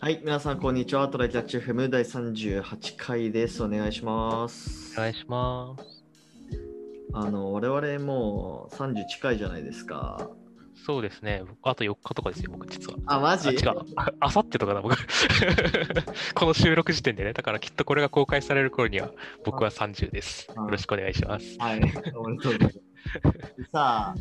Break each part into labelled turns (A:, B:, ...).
A: はい、皆さん、こんにちは。トライキャッチ FM 第38回です。お願いします。
B: お願いします。
A: あの、我々もう30近いじゃないですか。
B: そうですね。あと4日とかですよ、僕実は。
A: あ、マ
B: あ、違う。ああさってとかだ、僕。 この収録時点でね。だからきっとこれが公開される頃には、僕は30です。
A: あ
B: よろしくお願いします。
A: はい、おめでとうございます。で さ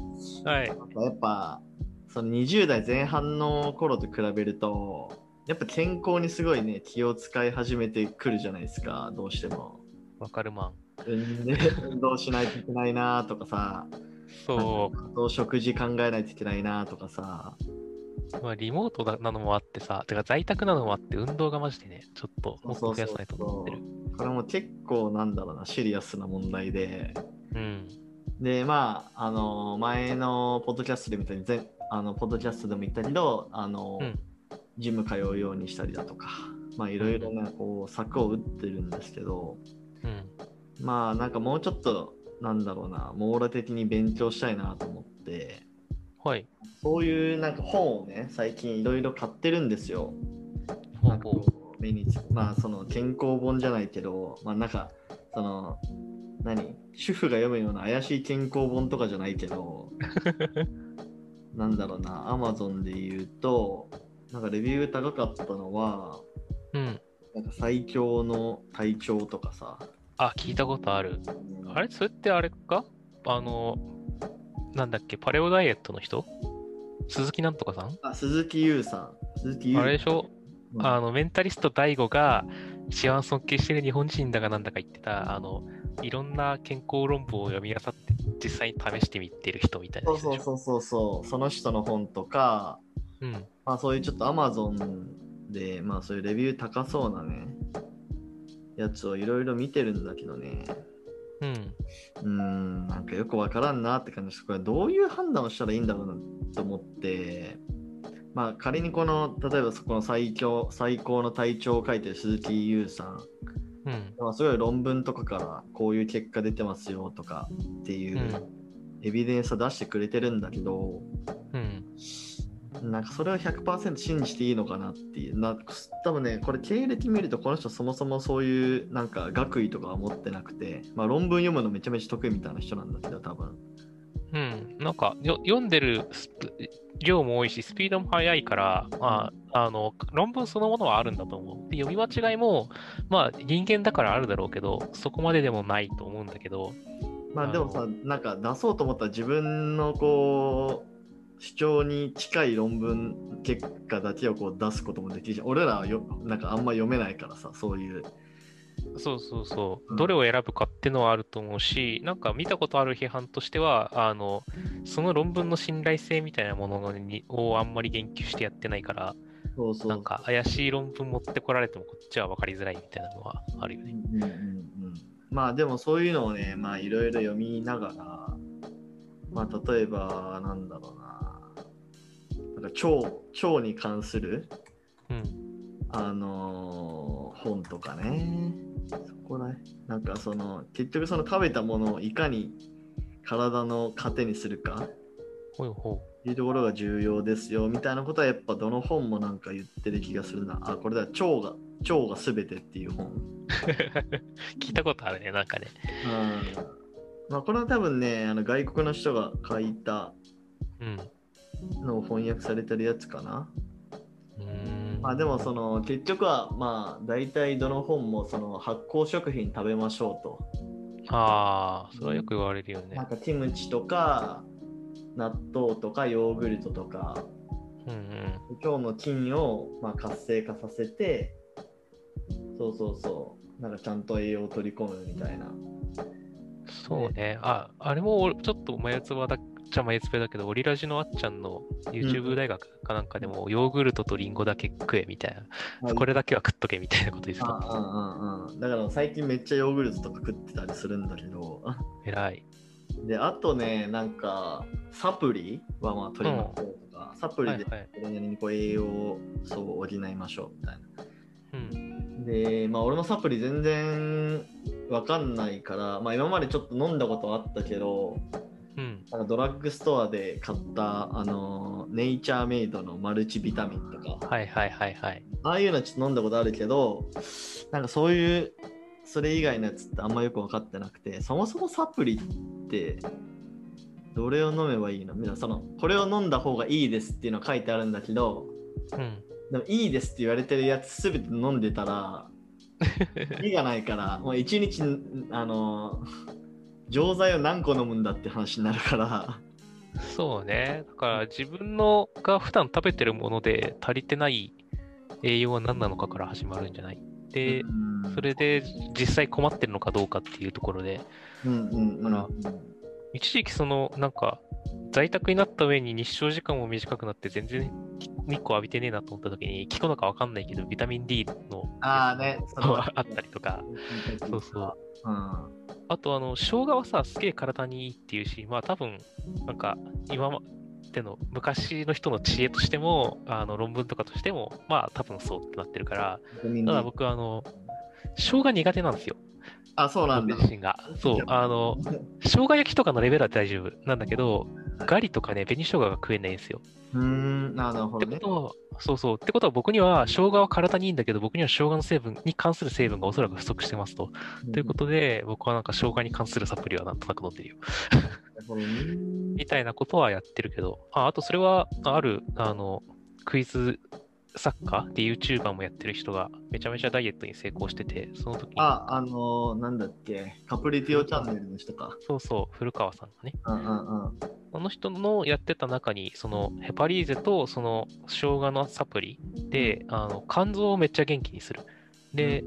B: はい。
A: あ、やっぱ、その20代前半の頃と比べると、やっぱ健康にすごいね、気を使い始めてくるじゃないですか、どうしても。
B: わかるまん。
A: 運運動しないといけないなとかさ、
B: そ
A: あと食事考えないといけないなとかさ、
B: う、まあ、リモートだなのもあってさ、てか在宅なのもあって、運動がマジでね、ちょっともっと増やさないと思ってる。
A: これも結構なんだろうなシリアスな問題で
B: うん。
A: でまああの前のポッドキャストでみたいに全あのポッドキャストでも言ったけどあの、
B: うん
A: ジム通うようにしたりだとかまあいろいろなこう策を打ってるんですけど
B: うん。
A: まあなんかもうちょっとなんだろうな網羅的に勉強したいなと思って
B: はい。
A: そういうなんか本をね最近いろいろ買ってるんですよ。
B: ほ
A: な
B: うん
A: か
B: ほ
A: こう
B: う。
A: 目につまあその健康本じゃないけどまあなんかその何主婦が読むような怪しい健康本とかじゃないけ どなんだろうなアマゾンで言うとなんかレビュー高かったのは
B: うん。
A: なんか最強の体調とかさ
B: あ、聞いたことある。あれそれってあれかあの、なんだっけ、パレオダイエットの人鈴木なんとかさん
A: あ鈴木優さん鈴木優
B: あれでしょ、
A: うん
B: あのメンタリスト DAIGO が一番尊敬してる日本人だがなんだか言ってたあのいろんな健康論文を読み漁って実際に試してみてる人みたい
A: そ
B: な
A: う
B: 人
A: そう
B: でしょ
A: そうそうそうその人の本とか
B: うん
A: まあ、そういうちょっと Amazon で、まあ、そういうレビュー高そうなね、やつをいろいろ見てるんだけどね、
B: うん
A: うーん、なんかよくわからんなって感じです。これどういう判断をしたらいいんだろうなと思って、まあ、仮にこの、例えばそこの最強、最高の体調を書いてる鈴木優さん、
B: うん
A: まあ、すごい論文とかからこういう結果出てますよとかっていううんエビデンスを出してくれてるんだけど、
B: うん
A: なんかそれを100%信じていいのかなっていうな多分ねこれ経歴見るとこの人そもそもそういうなんか学位とかは持ってなくて、まあ、論文読むのめちゃめちゃ得意みたいな人なんだけど多分
B: うんなんかよ読んでるスプ量も多いしスピードも速いから、まあ、あの論文そのものはあるんだと思うで読み間違いも、まあ、人間だからあるだろうけどそこまででもないと思うんだけど
A: まあでもさなんか出そうと思ったら自分のこう主張に近い論文結果だけをこう出すこともできるし俺らはよなんかあんま読めないからさそういう
B: そうそうそうう、
A: ん
B: どれを選ぶかってのはあると思うし、なんか見たことある批判としては、あのその論文の信頼性みたいなものにをあんまり言及してやってないから、
A: そうそう
B: なんか怪しい論文持ってこられてもこっちは分かりづらいみたいなのはあるよね。
A: うんうんうんうんまあでもそういうのをねまあいろいろ読みながらまあ例えばなんだろうななんか腸腸に関する
B: うん、
A: あのー本とかねそこらへんなんかその結局その食べたものをいかに体の糧にするか
B: ほいほう。
A: いうところが重要ですよみたいなことはやっぱどの本もなんか言ってる気がするなあこれだ腸が腸が全てっていう本
B: 聞いたことあるね、なんかね。
A: まあ、これは多分ねあの外国の人が書いた
B: うん。
A: のを翻訳されてるやつかな、
B: うーん
A: まあ、でもその結局はまあ大体どの本もその発酵食品食べましょうと、
B: ああ、それはよく言われるよね
A: なん。かキムチとか納豆とかヨーグルトとか
B: うんうん。
A: 今日の菌をまあ活性化させてそうそうそうなんかちゃんと栄養を取り込むみたいな
B: そうね。あ、あれも俺ちょっと前つばだっちゃ前つべだけど、オリラジのあっちゃんの YouTube 大学かなんかでも、ヨーグルトとリンゴだけ食えみたいな、これだけは食っとけみたいなこと言ってた。
A: あうんうんうんだから最近めっちゃヨーグルトとか食ってたりするんだけど
B: 偉い。
A: であとねなんかサプリはまあ取りましょうとか、サプ
B: は
A: リ
B: い
A: で
B: はい。
A: それなりにこう栄養をそう補いましょうみたいな
B: うん。
A: でまあ俺もサプリ全然わかんないからまあ今までちょっと飲んだことはあったけど
B: うん。
A: なんかドラッグストアで買った、あのーネイチャーメイドのマルチビタミンとか、
B: はいはいはいはい。
A: ああいうのちょっと飲んだことあるけど、なんかそういう、それ以外のやつってあんまよく分かってなくて、そもそもサプリって、どれを飲めばいいのみんなその、これを飲んだ方がいいですっていうの書いてあるんだけど、
B: うん。
A: でもいいですって言われてるやつすべて飲んでた ら、意味がないから、もう一日、あのー、錠剤を何個飲むんだって話になるから、
B: そうね。だから自分のが普段食べてるもので足りてない栄養は何なのかから始まるんじゃないで、
A: うん
B: それで実際困ってるのかどうかっていうところで、
A: うんうんうん、
B: だから一時期そのなんか在宅になった上に日照時間も短くなって全然日光浴びてねえなと思った時に効くのかわかんないけどビタミン D の
A: ああね、それは
B: あったりとかそうそう
A: うん
B: あとあの生姜はさすげえ体にいいっていうしまあ多分なんか今までの昔の人の知恵としてもあの論文とかとしてもまあ多分そうってなってるからただ僕はあの生姜苦手なんですよ
A: あ、そうなんだ。
B: 僕自身がそうあの生姜焼きとかのレベルは大丈夫なんだけどガリとかね紅生姜が食えないんですよ
A: うーん、なるほ
B: って
A: ど
B: こ
A: ね。
B: とは、そうそう。ってことは僕には生姜は体にいいんだけど、僕には生姜の成分に関する成分がおそらく不足してますと。ということで、僕はなんか生姜に関するサプリはなんとなく飲んでるよ。
A: とね。
B: みたいなことはやってるけど、ああとそれは、ある、あの、クイズ作家で YouTuber もやってる人がめちゃめちゃダイエットに成功してて、その時に、
A: あ、あのー、なんだっけ、カプリティオチャンネルの人か。
B: そうそう、古川さんがね、
A: うんうんうん。
B: あの人のやってた中に、そのヘパリーゼとその生姜のサプリで、あの肝臓をめっちゃ元気にする。で、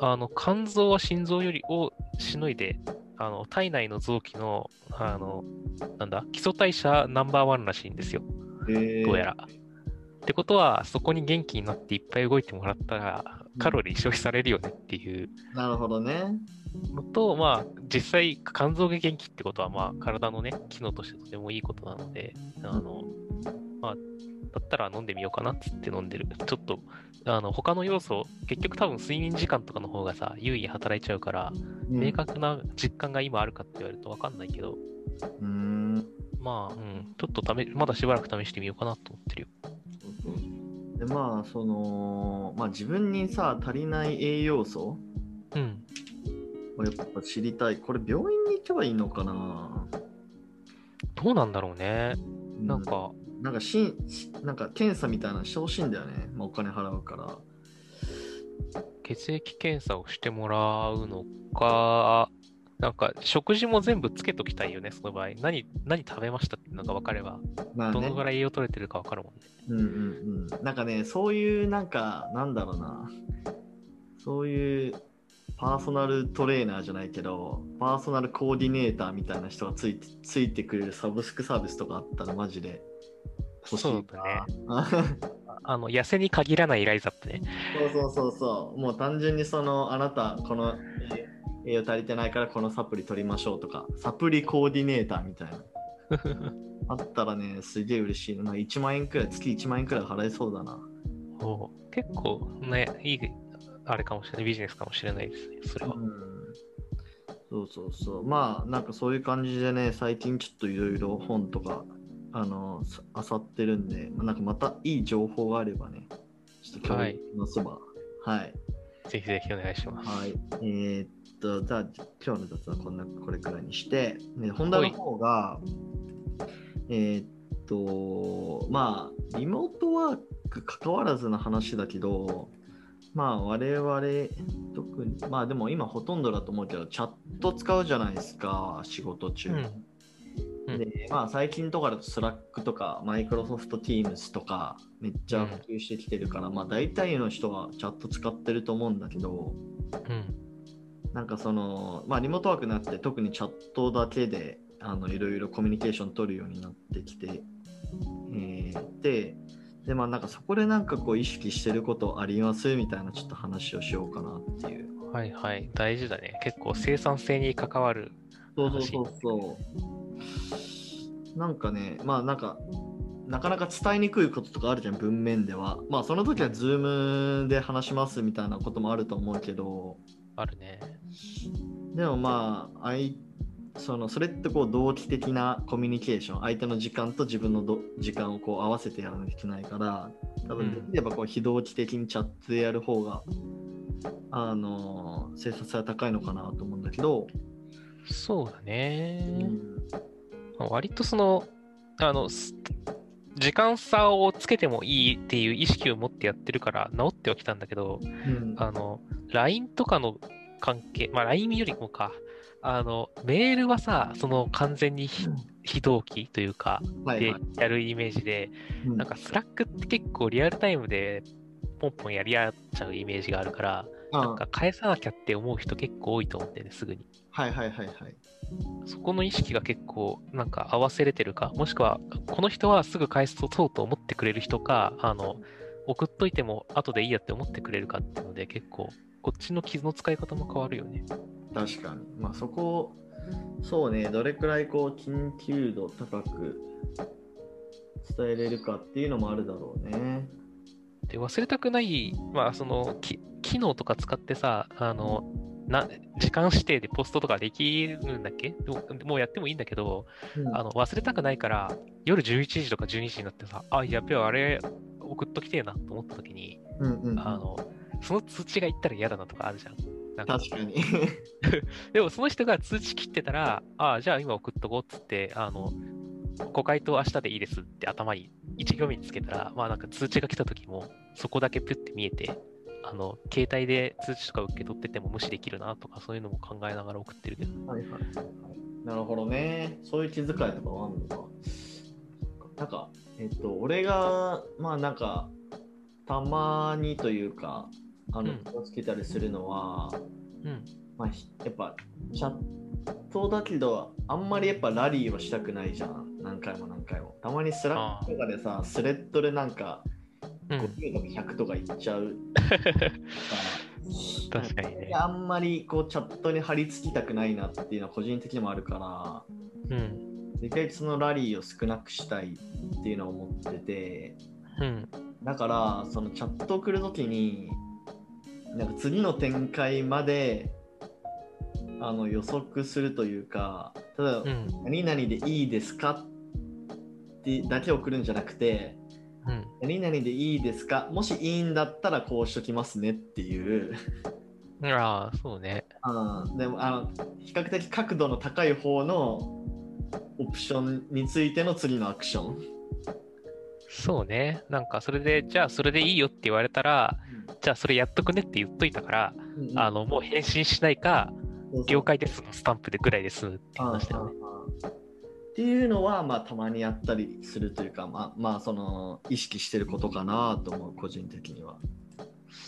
B: あの肝臓は心臓よりをしのいで、あの体内の臓器のあのなんだ基礎代謝ナンバーワンらしいんですよ、
A: えー
B: どうやら。ってことは、そこに元気になっていっぱい動いてもらったら、カロリー消費されるよねっていう
A: なるほどね。
B: のと、まあ、実際、肝臓が元気ってことは、まあ、体のね、機能としてとてもいいことなので、あの、まあ、だったら飲んでみようかなっつって飲んでる。ちょっと、あの、他の要素、結局多分睡眠時間とかの方がさ、優位に働いちゃうから、
A: うん
B: 明確な実感が今あるかって言われると分かんないけど、
A: うーん。
B: まあ、うん、ちょっと試、まだしばらく試してみようかなと思ってるよ。
A: そうそうで、まあ、その、まあ自分にさ、足りない栄養素
B: うん。
A: をやっぱ知りたい。これ、病院に行けばいいのかな
B: どうなんだろうね。
A: な
B: なん、か、
A: なんかしん、なんか検査みたいなのしてほしいんだよね。まあ、お金払うから。
B: 血液検査をしてもらうのか、なんか食事も全部つけときたいよね、その場合。何、何食べましたっていうのが分かれば、
A: まあ
B: ど
A: ね
B: のぐらい栄養取れてるか分かるもんね。
A: うんうんうん、なんかねそういうなんかなんだろうなそういうパーソナルトレーナーじゃないけどパーソナルコーディネーターみたいな人がついてついてくれるサブスクサービスとかあったらマジで欲し
B: そう
A: い
B: だね
A: な。そう
B: あの、痩せに限らないライズアップね。
A: そうそうそうもう単純にそのあなたこのえー栄養足りてないからこのサプリ取りましょうとかサプリコーディネーターみたい なあったらねすげえ嬉しいな、まあ、1万円くらい月1万円くらい払えそうだな
B: そう結構ね、いい、あれかもしれない、ビジネスかもしれないですね、それは。
A: うんそうそうそうまあなんかそういう感じでね最近ちょっといろいろ本とかあのあさってるんで、まあなんかまたいい情報があればねちょっと共有しますばはい
B: ぜひぜひお願いします。
A: はい、えーっとじゃあ今日の雑談はこんなこれくらいにして、ね、本題の方がえーっとまあリモートワーク関わらずの話だけどまあ我々特にまあでも今ほとんどだと思うけどチャット使うじゃないですか仕事中、
B: うん。うん
A: でまあ最近とかだとスラックとかマイクロソフト Teams とかめっちゃ普及してきてるから、まあ大体の人はチャット使ってると思うんだけど、
B: うん。
A: なんかその、まあ、リモートワークになって特にチャットだけであのいろいろコミュニケーション取るようになってきて、えーでで、まあ、なんかそこでなんかこう意識してることありますみたいなちょっと話をしようかなっていう。
B: はいはい。大事だね。結構生産性に関わる。
A: そうそうそうそう。なんかね、まあなんか、なかなか伝えにくいこととかあるじゃん、文面では。まあその時は Zoom で話しますみたいなこともあると思うけど、
B: あるね。
A: でもまあ、あいそのそれってこう同期的なコミュニケーション相手の時間と自分のど時間をこう合わせてやらなきゃいけないから多
B: う
A: 分
B: ん
A: できればこう非同期的にチャットでやる方が、あの生産性は高いのかなと思うんだけど、
B: そうだね。
A: うん
B: 割とその、あの、す時間差をつけてもいいっていう意識を持ってやってるから治ってはきたんだけど、
A: うん
B: あの、LINE とかの関係、まあ LINE よりもか、あの、メールはさ、その完全に非非同期というか、
A: はい
B: で
A: はい
B: やるイメージで、
A: うん
B: なんかスラックって結構リアルタイムでポンポンやり合っちゃうイメージがあるから、なんか返さなきゃって思う人結構多いと思うんだよね、すぐに。
A: はいはいはいはい。
B: そこの意識が結構なんか合わせれてるか、もしくはこの人はすぐ返すとそうと思ってくれる人か、あの送っといても後でいいやって思ってくれるかっていうので結構こっちの傷の使い方も変わるよね。
A: 確かに。まあそこを、そうね、どれくらいこう緊急度高く伝えれるかっていうのもあるだろうね。
B: で忘れたくない、まあ、そのき機能とか使ってさあのな時間指定でポストとかできるんだっけもうもうやってもいいんだけど
A: うん
B: あの忘れたくないから夜11時とか12時になってさあやっべあれ送っときてえなと思った時に
A: うんうんうん
B: あのその通知が行ったら嫌だなとかあるじゃん。なんか
A: 確か に。
B: でもその人が通知切ってたら、ああ、じゃあ今送っとこうっつって、あの、ご回答明日でいいですって頭に1行目につけたら、まあなんか通知が来た時も、そこだけピュッて見えて、あの、携帯で通知とか受け取ってても無視できるなとか、そういうのも考えながら送ってるけど。
A: はいはいはいはいなるほどね。そういう気遣いとかはあるのか。なんか、えっと、俺が、まあなんか、たまにというか、あの
B: うん、
A: 気をつけたりするのは、
B: うん。
A: まあ、ひやっぱ、チャットだけど、あんまりやっぱラリーはしたくないじゃん。何回も何回も。たまにスラックとかでさ、スレッドでなんか、
B: うん、
A: 50とか100とかいっちゃ う。から
B: 確かにね。
A: あんまりこうチャットに貼り付きたくないなっていうのは個人的にもあるから、
B: うん。
A: できるだけそのラリーを少なくしたいっていうのを思ってて、
B: うん。
A: だからそのチャット送るときに、なんか次の展開まであの予測するというか、ただ
B: う、ん。
A: 何々でいいですかってだけ送るんじゃなくて、
B: うん。
A: 何々でいいですかもしいいんだったらこうしときますねっていう。
B: ああ、そうね。
A: あーでもあの比較的角度の高い方のオプションについての次のアクション、
B: そうね。なんかそれで、じゃあそれでいいよって言われたら、じゃあそれやっとくねって言っといたから、あの、もう返信しないか、
A: そうそう
B: 了解ですのスタンプでぐらいですって
A: あー
B: 話だよね。
A: あーあーっていうのは、まあ、たまにやったりするというか、まあ、まあその意識してることかなと思う個人的には。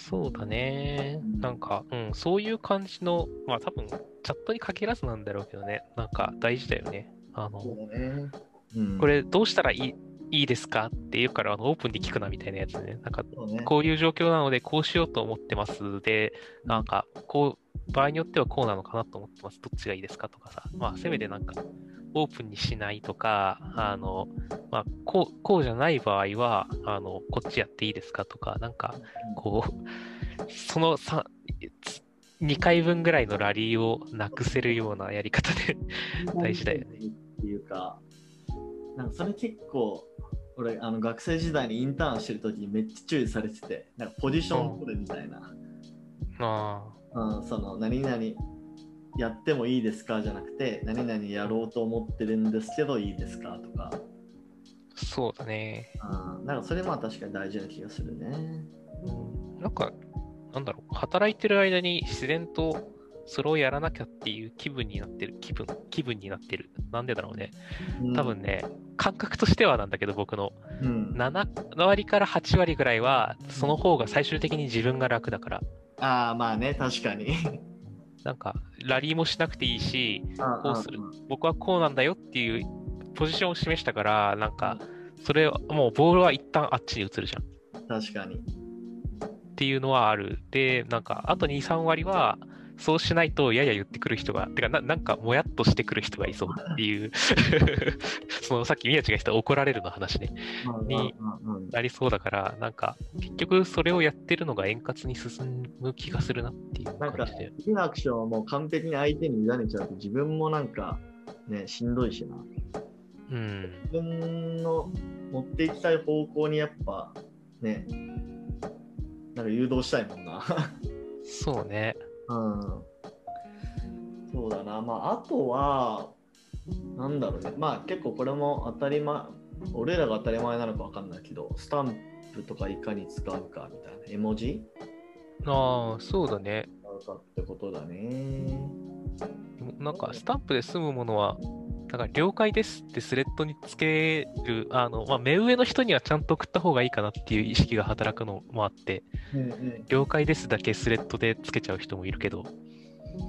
B: そうだね
A: うん。
B: なんか、うん、そういう感じの、まあ多分、チャットに限らずなんだろうけどね、なんか大事だよね。あの、
A: うねうん、
B: これどうしたらいいいいですかって言うから、あのオープンで聞くなみたいなやつね。なんか、
A: そうね
B: こういう状況なので、こうしようと思ってます。で、なんか、こう、場合によってはこうなのかなと思ってます。どっちがいいですかとかさ。まあ、せめてなんか、オープンにしないとか、あの、まあ、こう、こうじゃない場合は、あの、こっちやっていいですかとか、なんか、こう、そのさ2回分ぐらいのラリーをなくせるようなやり方 で。大事だよね
A: っていうか、なんかそれ結構、俺、あの学生時代にインターンしてる時にめっちゃ注意されてて、なんかポジション取るみたいな、
B: あ
A: うん、その何々やってもいいですかじゃなくて、何々やろうと思ってるんですけどいいですかとか、
B: あ、そうだね。
A: うん、なんかそれも確かに大事な気がするね。
B: なんか、なんだろう、働いてる間に自然とそれをやらなきゃっていう気分になってる、気分、気分になってる。なんでだろうね。
A: うん
B: 多分、ね、感覚としてはなんだけど、僕の
A: うん、
B: 7割から8割ぐらいは、その方が最終的に自分が楽だから、
A: ああ、まあね、確か に。
B: なんか、ラリーもしなくていいし、
A: こ
B: うする僕はこうなんだよっていうポジションを示したから、なんか、それを、もうボールは一旦あっちに移るじゃん。
A: 確かに。
B: っていうのはある。で、なんか、あと2、3割は、そうしないと、やや言ってくる人が、てかな、なんか、もやっとしてくる人がいそうっていう、 そのさっき宮地が言ってた怒られるの話ね、
A: うんうん
B: に
A: うんうん
B: なりそうだから、なんか、結局、それをやってるのが円滑に進む気がするなっていう
A: なん
B: 感
A: か
B: じで。
A: 次のアクションはもう完璧に相手に委ねちゃうと自分もなんかね、しんどいしな。
B: うん。
A: 自分の持っていきたい方向にやっぱ、ね、なんか誘導したいもんな。
B: そうね。
A: うんそうだな、まあ、あとは、なんだろうね、まあ結構これも当たり前、俺らが当たり前なのか分かんないけど、スタンプとかいかに使うかみたいな、絵文字
B: ああ、そうだね。
A: 使うかってことだね。
B: なんか、スタンプで済むものは、なんか、了解ですってスレッドにつける、あの、まあ、目上の人にはちゃんと送った方がいいかなっていう意識が働くのもあって、了解ですだけスレッドでつけちゃう人もいるけど、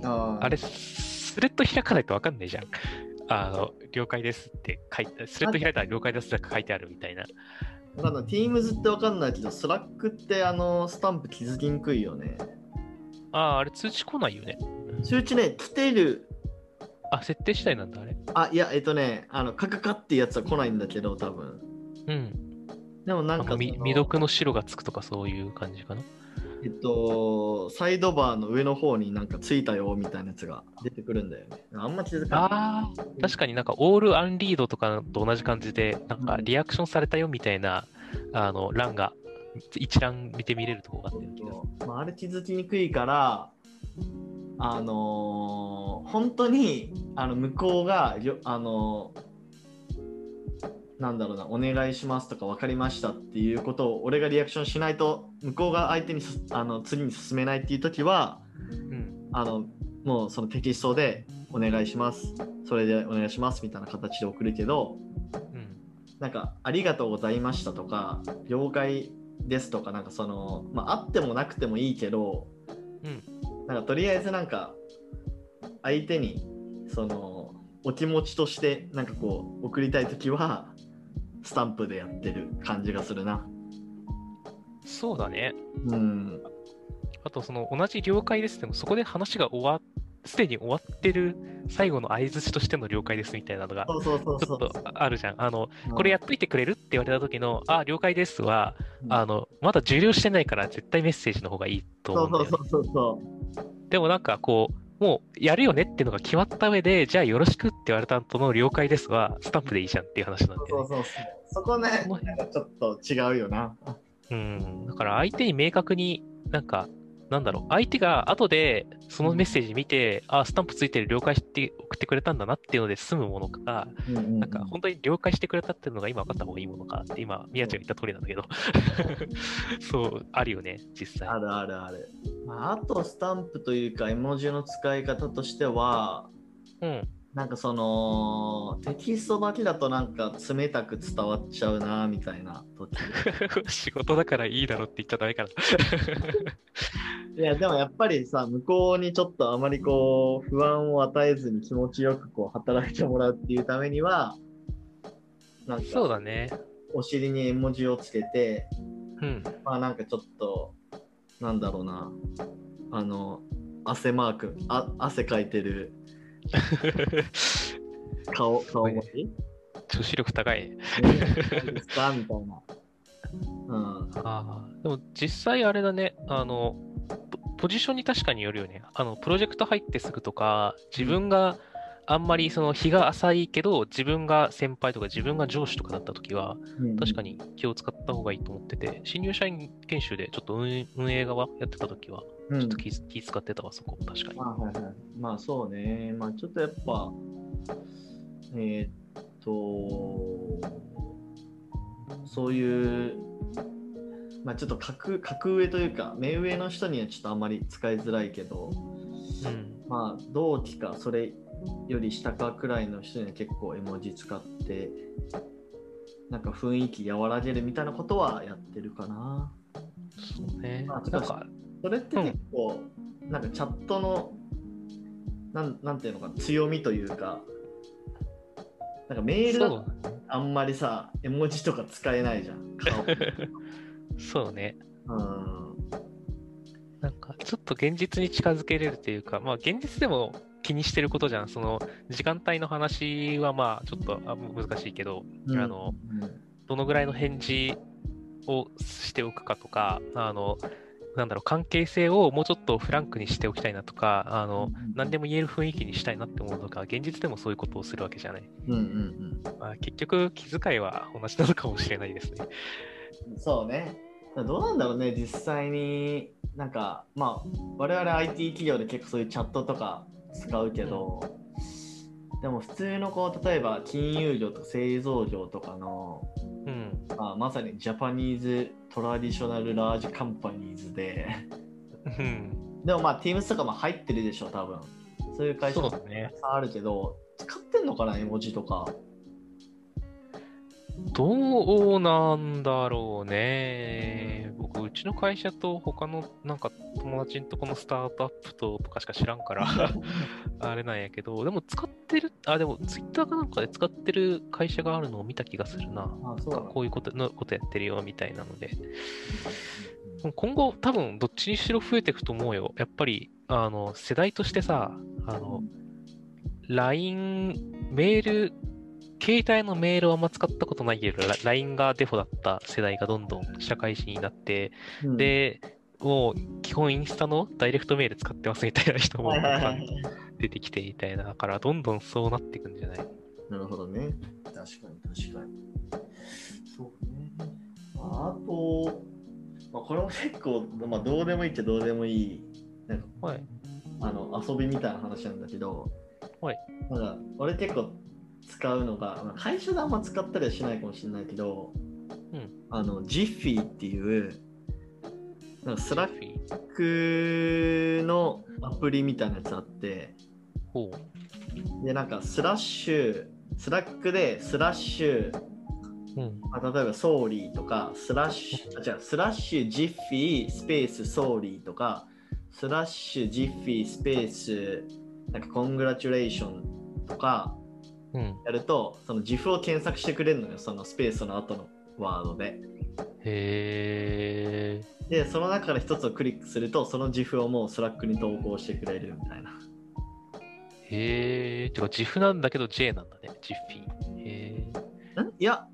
A: あー
B: あれ、スレッド開かないとわかんないじゃん。あの、了解ですって書いて、スレッド開いたら了解ですだけ書いてあるみたいな。
A: わかんない、Teams って分かんないけど、スラックってあのスタンプ気づきにくいよね。
B: ああ、あれ通知来ないよね。
A: 通知ね、来てる、
B: あ、設定次第なんだ、あれ。
A: あ、いや、えっとね、あのカカカってやつは来ないんだけど、多分
B: うん。
A: でもな
B: なんんか
A: か
B: み、
A: その
B: 未読の白がつくとかそういう感じかな。
A: えっと、サイドバーの上の方になんかついたよみたいなやつが出てくるんだよね。あんま気づかない。
B: ああ、確かになんかオールアンリードとかと同じ感じで、なんかリアクションされたよみたいな、あの、欄が、一覧見てみれるとこがあって気がする。
A: まあ、あれ気づきにくいから、あのー本当にあの向こうがよ、あのーなんだろうな、お願いしますとか分かりましたっていうことを俺がリアクションしないと、向こうが相手にすあの次に進めないっていう時は、
B: うん。
A: あのもうそのテキストでお願いします、それでお願いしますみたいな形で送るけど、
B: うん。
A: なんか「ありがとうございました」とか「了解です」とかなんかその、まあ、あってもなくてもいいけど
B: うん。
A: なんかとりあえずなんか相手にそのお気持ちとしてなんかこう送りたい時はスタンプでやってる感じがするな。
B: そうだね。
A: うん、
B: あと、その、同じ了解ですでも、そこで話が終わっ、すでに終わってる最後の相づちとしての了解ですみたいなのが、
A: そうそうそう
B: ちょ
A: そ
B: っ
A: う。
B: とあるじゃん。あの、これやっといてくれるって言われた時の、あ、了解ですは、
A: うん
B: あの、まだ受領してないから絶対メッセージの方がいいと
A: そ
B: 思う
A: うん
B: だ
A: そ
B: よ
A: う
B: ね
A: そうそうそう。
B: でもなんかこう、もうやるよねっていうのが決まった上で、じゃあよろしくって言われた後の了解ですは、スタンプでいいじゃんっていう話なんで、
A: そうそうそうそこね
B: この、辺
A: なんかちょっと違うよな。
B: うん。だから相手に明確になんか、なんだろう、相手が後でそのメッセージ見て、あ、スタンプついてる了解して送ってくれたんだなっていうので済むものか、
A: な
B: なんか本当に了解してくれたっていうのが今分かった方がいいものかって、今、宮ちゃんが言った通りなんだけど、 そう、あるよね、実際。
A: あるあるある。まあ、あとスタンプというか絵文字の使い方としては
B: うん。
A: なんかそのテキストだけだとなんか冷たく伝わっちゃうなみたいな 時
B: 仕事だからいいだろって言っちゃダメかな。
A: いやでもやっぱりさ向こうにちょっとあまりこう不安を与えずに気持ちよくこう働いてもらうっていうためにはなん
B: そう
A: か
B: だね。
A: お尻に絵文字をつけて
B: うん。
A: まあなんかちょっとなんだろうなあの汗マークあ汗かいてる顔顔文 字
B: 女子力高いね。
A: 何ですかみたいな。うん。
B: ああ。でも実際あれだね、あの、ポポジションに確かによるよね。あの、プロジェクト入ってすぐとか、自分があんまりその日が浅いけど、自分が先輩とか自分が上司とかだった時は、確か
A: に。
B: に気を使った方がいいと思ってて、新入社員研修でちょっと運運営側やってた時は、
A: う
B: ちょっ
A: ん
B: と、気,、気使ってたわ、そこ、確かに。
A: まあ、はいはい。まあ、そうね。まあ、ちょっとやっぱ、えーっと、そういう、まあ、ちょっと格格上というか、目上の人にはちょっとあんまり使いづらいけど、
B: うん。
A: まあ、同期か、それより下かくらいの人には結構絵文字使って、なんか雰囲気和らげるみたいなことはやってるかな。
B: そうね。
A: まあ
B: なんか、
A: それって結構、なんかチャットのなんなんていうのかな強みというかなんかメールだ
B: そ
A: と
B: う
A: あんまりさ絵文字とか使えないじゃん 顔
B: そうね。
A: うん
B: なんかちょっと現実に近づけれるというか、まあ現実でも気にしてることじゃん。その時間帯の話はまあちょっとあ難しいけど、あの、
A: うん
B: どのぐらいの返事をしておくかとか、あの、なんだろう、関係性をもうちょっとフランクにしておきたいなとか、あの、
A: うん
B: 何でも言える雰囲気にしたいなって思うのが、現実でもそういうことをするわけじゃない。
A: うんうん
B: まあ、結局、気遣いは同じなのかもしれないですね。
A: うん。そうね。どうなんだろうね、実際に、なんか、まあ、我々 IT 企業で結構そういうチャットとか使うけど、でも普通のこう、例えば金融業とか製造業とかの、
B: うん。
A: まあ、まさにジャパニーズトラディショナルラージカンパニーズで、
B: うん。
A: でもまあ Teams とかも入ってるでしょ、多分。そういう会社
B: そ
A: も
B: うだね。
A: あるけど、使ってんのかな、絵文字とか。
B: どうなんだろうね。僕、うちの会社と他のなんか友達のとこのスタートアップととかしか知らんから、あれなんやけど、でも使ってる、あ、でもツイッターかなんかで使ってる会社があるのを見た気がするな。
A: あ、そうだ、
B: こういうことのことやってるよみたいなので、今後多分どっちにしろ増えていくと思うよ。やっぱり、あの、世代としてさ、あの、LINE、メール、携帯のメールをあんま使ったことないけど、ラ LINE がデフォだった世代がどんどん社会人になって、
A: うん、
B: で、もう基本インスタのダイレクトメール使ってますみたいな人も
A: はいはいはい
B: 出てきてみたいな、だからどんどんそうなっていくんじゃない
A: なるほどね。確かに確かに。そうね。ああと、まあ、これも結構、まあ、どうでもいいっちゃどうでもいいなんか
B: はい。
A: あの遊びみたいな話なんだけど、
B: はい
A: なんか俺結構使うのが、まあ、会社であんま使ったりはしないかもしれないけど、
B: うん
A: あのジッフィーっていうなんかスラッ
B: フィー。
A: クのアプリみたいなやつあって、
B: ほ
A: でなんかスラッシュスラックでスラッシュ、
B: う。うん。
A: まあ、例えばソーリーとかスラッシュあ違うスラッシュジッフィースペースソーリーとかスラッシュジッフィースペースなんかコングラチュレーションとか
B: うん。
A: やるとその GIF を検索してくれるのよそのスペースの後のワードで
B: へー。
A: でその中から一つをクリックするとその GIF をもうスラックに投稿してくれるみたいな
B: へえ。てか、ジフなんだけど J なんだね。ジッフィー。へえ。
A: んいや、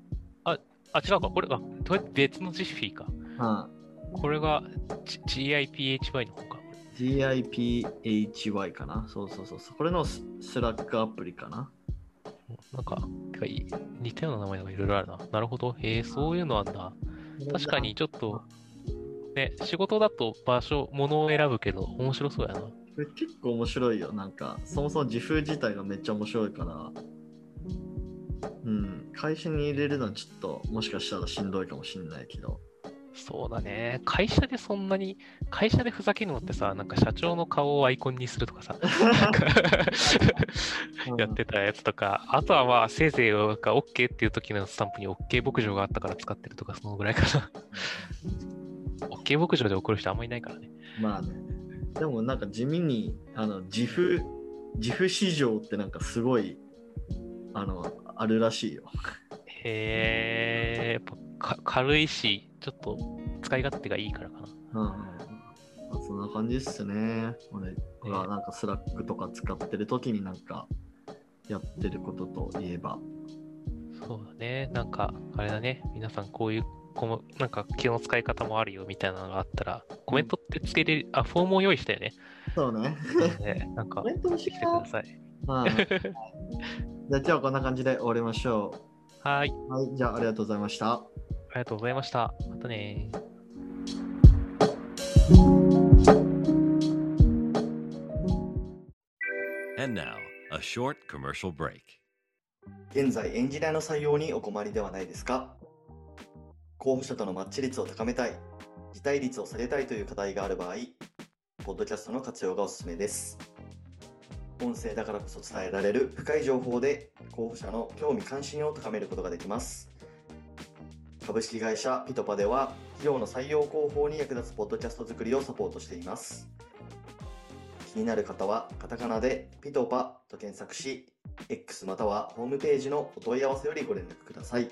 B: あ、違うか。これ、あ、これ別のジッフィーか。
A: うん、
B: これが G- GIPHY の方か。
A: GIPHY かなそうそうそうそうこれのススラックアプリかな
B: なんか、てかい似たような名前がいろいろあるな。なるほど。へえ、そういうのあんだ。確かにちょっと、ね、仕事だと場所、物を選ぶけど、面白そうやな。
A: これ結構面白いよなんかそもそも自負自体がめっちゃ面白いからうん会社に入れるのはちょっともしかしたらしんどいかもしんないけど
B: そうだね。会社でそんなに、会社でふざけるのってさ、なんか社長の顔をアイコンにするとかさ、なんかやってたやつとか、あとはまあ、せいぜいなんか OK っていう時のスタンプに OK 牧場があったから使ってるとか、そのぐらい かな。OK 牧場で怒る人あんまいないからね。
A: まあねでもなんか地味にあの自負自負市場ってなんかすごいあのあるらしいよ
B: へえ、やっぱか軽いし、ちょっと使い勝手がいいからか
A: う
B: な。
A: んうんまあそんな感じっすね俺がなんかスラックとか使ってる時になんかやってることといえば
B: そうだね。なんか、あれだね。皆さんこういう、このなんか気の使い方もあるよみたいなのがあったら、コメントってつけれる、あ、フォームを用意した よね。
A: そうね
B: ねなんか
A: コ、メント欲しい
B: 来てく
A: な
B: ださい。
A: まあ、じゃあ今日はこんな感じで終わりましょ
B: はい。
A: う。はい、じゃあありがとうございました。
B: ありがとうございました。またねー。
C: And now, a short commercial break.
A: 現在、エンジニアの採用にお困りではないですか候補者とのマッチ率を高めたい、辞退率を下げたいという課題がある場合、ポッドキャストの活用がおすすめです。音声だからこそ伝えられる深い情報で候補者の興味関心を高めることができます。株式会社ピトパでは企業の採用広報に役立つポッドキャスト作りをサポートしています。気になる方はカタカナでピトパと検索し、X またはホームページのお問い合わせよりご連絡ください。